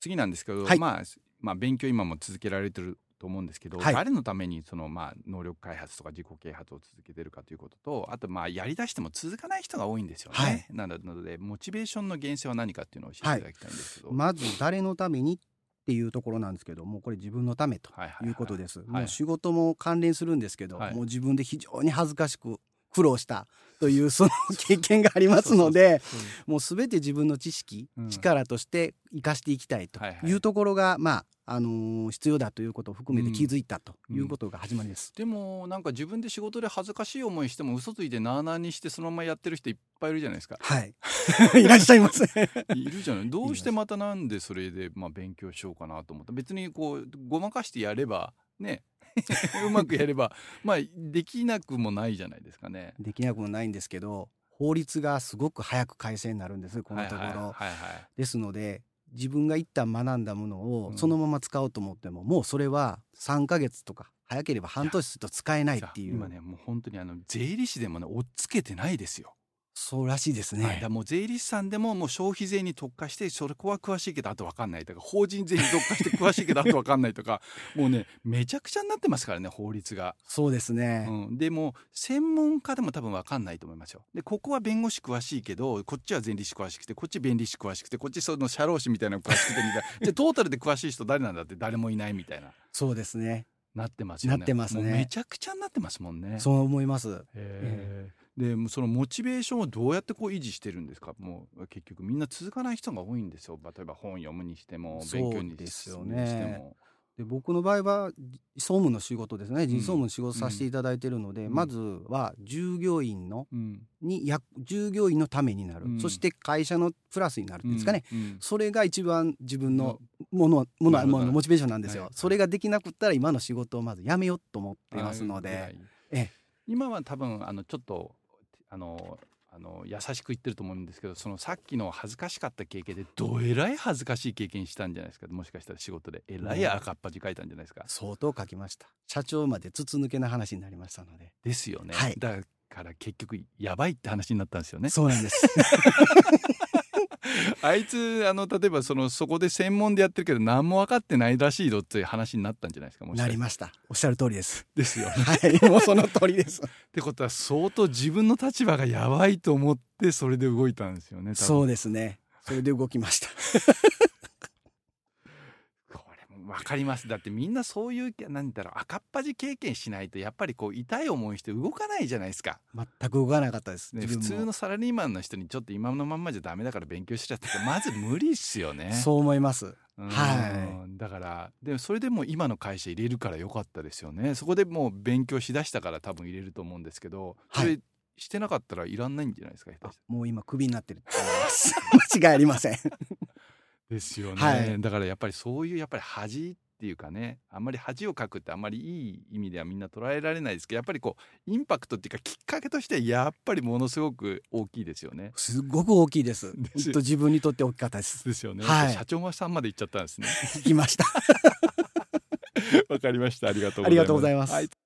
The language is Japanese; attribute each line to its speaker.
Speaker 1: 次なんですけど、
Speaker 2: はい
Speaker 1: まあまあ勉強今も続けられてると思うんですけど、
Speaker 2: はい
Speaker 1: 誰のためにそのまあ能力開発とか自己啓発を続けてるかということとあとまあやりだしても続かない人が多いんですよね。
Speaker 2: はい
Speaker 1: なのでモチベーションの源泉は何かっていうのを教えていただきたいんですけど。
Speaker 2: まず誰のためにっていうところなんですけどもうこれ自分のためと
Speaker 1: はいはいはい
Speaker 2: いうことです、
Speaker 1: は
Speaker 2: も
Speaker 1: いう
Speaker 2: 仕事も関連するんですけど、
Speaker 1: はい
Speaker 2: もう自分で非常に恥ずかしく苦労したというその経験がありますので
Speaker 1: そうです
Speaker 2: もう全て自分の知識、
Speaker 1: うん
Speaker 2: 力として生かしていきたいと
Speaker 1: はいはい
Speaker 2: いうところが、まああのー必要だということを含めて気づいたということが始まりです。
Speaker 1: でもなんか自分で仕事で恥ずかしい思いしても嘘ついてなあなあにしてそのままやってる人いっぱいいるじゃないです か
Speaker 2: はいいらっしゃいます
Speaker 1: い るじゃないどうしてまたなんでそれでまあ勉強しようかなと思った別にこうごまかしてやればね うまくやればまあできなくもないじゃないですかね。
Speaker 2: できなくもないんですけど法律がすごく早く改正になるんですこのところ、
Speaker 1: はいはいはいはい
Speaker 2: ですので自分が一旦学んだものを
Speaker 1: うん
Speaker 2: そのまま使おうと思っても、もうそれは3ヶ月とか早ければ半年すると使えないっていう
Speaker 1: 今ねもう本当にあの税理士でもね追っつけてないですよ。
Speaker 2: そうらしいですね、
Speaker 1: はい、だからもう税理士さんでももう消費税に特化してそれこは詳しいけどあと分かんないとか法人税に特化して詳しいけどあと分かんないとかもうねめちゃくちゃになってますからね法律が。
Speaker 2: そうですね、
Speaker 1: うん、でも専門家でも多分分かんないと思いますよ。でここは弁護士詳しいけどこっちは税理士詳しくてこっち弁理士詳しくてこっちその社労士みたいなの詳しくてみたいなじ ゃあトータルで詳しい人誰なんだって誰もいないみたいな
Speaker 2: そうですね
Speaker 1: なってますよね。
Speaker 2: なってますね
Speaker 1: もうめちゃくちゃになってますもんね。
Speaker 2: そう思います
Speaker 1: へーでもうそのモチベーションをどうやってこう維持してるんですかもう結局みんな続かない人が多いんですよ例えば本読むにしても勉強に
Speaker 2: そうで
Speaker 1: し
Speaker 2: す
Speaker 1: て
Speaker 2: よ
Speaker 1: も。
Speaker 2: ねで僕の場合は総務の仕事ですね人総務の仕事させていただいているので、
Speaker 1: うん
Speaker 2: まずは従業員の
Speaker 1: うん
Speaker 2: に役従業員のためになる、
Speaker 1: うん
Speaker 2: そして会社のプラスになるんですかね、
Speaker 1: うん
Speaker 2: それが一番自分のものも
Speaker 1: な
Speaker 2: の
Speaker 1: るほど
Speaker 2: ものモチベーションなんですよ、
Speaker 1: はい
Speaker 2: それができなくったら今の仕事をまずやめようと思ってますの
Speaker 1: あー
Speaker 2: で
Speaker 1: ぐらい
Speaker 2: ええ
Speaker 1: 今は多分あのちょっとあのあの優しく言ってると思うんですけどそのさっきの恥ずかしかった経験でどえらい恥ずかしい経験したんじゃないですかもしかしたら仕事でえらい赤っ恥書いたんじゃないですか。
Speaker 2: 相当書きました社長まで筒抜けな話になりましたので、
Speaker 1: ですよね、
Speaker 2: はい
Speaker 1: だから結局やばいって話になったんですよね。
Speaker 2: そうなんです
Speaker 1: あいつあの例えばそのそこで専門でやってるけど何も分かってないらしいぞっていう話になったんじゃないですかもしか
Speaker 2: な
Speaker 1: し
Speaker 2: り
Speaker 1: て
Speaker 2: ましたおっしゃる通り です
Speaker 1: ですよね。
Speaker 2: はいもうその通りです
Speaker 1: ってことは相当自分の立場がやばいと思ってそれで動いたんですよね。多分
Speaker 2: そうですねそれで動きました
Speaker 1: これも分かりますだってみんなそういう何だろう赤っ恥経験しないとやっぱりこう痛い思いして動かないじゃないですか、
Speaker 2: 全く動かなかったです、
Speaker 1: ね、
Speaker 2: 自
Speaker 1: 普
Speaker 2: 分も
Speaker 1: 通のサラリーマンの人にちょっと今のまんまじゃダメだから勉強しちゃってまず無理っすよね。
Speaker 2: そう思います
Speaker 1: うん
Speaker 2: は
Speaker 1: だからでもそれでもう今の会社入れるから良かったですよねそこでもう勉強しだしたから多分入れると思うんですけど
Speaker 2: は
Speaker 1: そ
Speaker 2: い
Speaker 1: れしてなかったらいらんないんじゃないですか、下手したら
Speaker 2: もう今クビになってると思い ます間違いありませ ん
Speaker 1: ですよね、
Speaker 2: はい
Speaker 1: だからやっぱりそういうやっぱり恥っていうかねあんまり恥をかくってあんまりいい意味ではみんな捉えられないですけどやっぱりこうインパクトっていうかきっかけとしてはやっぱりものすごく大きいですよね。
Speaker 2: すっごく大きいです
Speaker 1: ですよ
Speaker 2: ずっと自分にとって大きかったです
Speaker 1: ですよね、
Speaker 2: はい
Speaker 1: 社長さんまで行っちゃったんですね。
Speaker 2: 聞きました
Speaker 1: わかりました。ありがとうございます。
Speaker 2: ありがとうございます
Speaker 1: はい